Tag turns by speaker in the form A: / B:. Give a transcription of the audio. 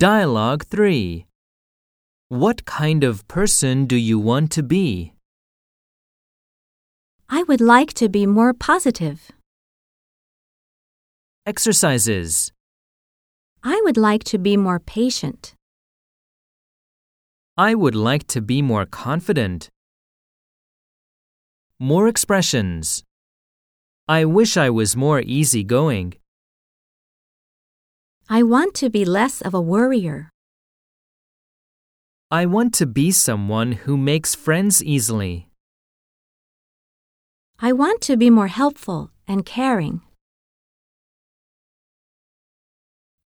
A: Dialogue 3 What kind of person do you want to be?
B: I would like to be more positive.
A: Exercises.
B: I would like to be more patient.
A: I would like to be more confident. More expressions. I wish I was more easygoing.
B: I want to be less of a worrier.
A: I want to be someone who makes friends easily.
B: I want to be more helpful and caring.